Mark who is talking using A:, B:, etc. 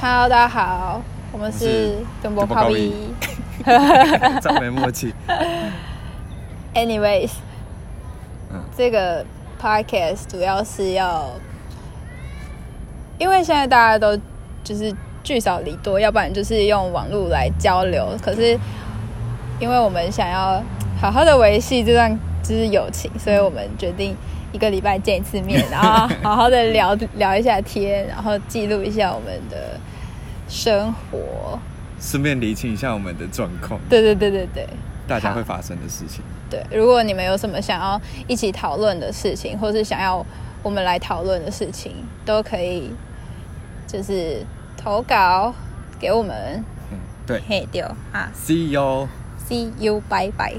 A: Hello，大家好，我们是
B: 我
A: 东
B: 们
A: 波
B: 是
A: 泡比。
B: 这没默契。
A: Anyways，
B: 嗯
A: 这个 podcast 主要是要，因为现在大家都就是聚少离多，要不然就是用网络来交流。可是，因为我们想要好好的维系这段就是友情，所以我们决定一个礼拜见一次面，然后好好的聊聊一下天，然后记录一下我们的生活。
B: 顺便厘清一下我们的状况，
A: 对对对对对。
B: 大家会发生的事情。
A: 对，如果你们有什么想要一起讨论的事情，或是想要我们来讨论的事情，都可以就是投稿给我们。
B: 嗯，对 E
A: 嘿，丢啊
B: ，See you。
A: ，See you，拜拜。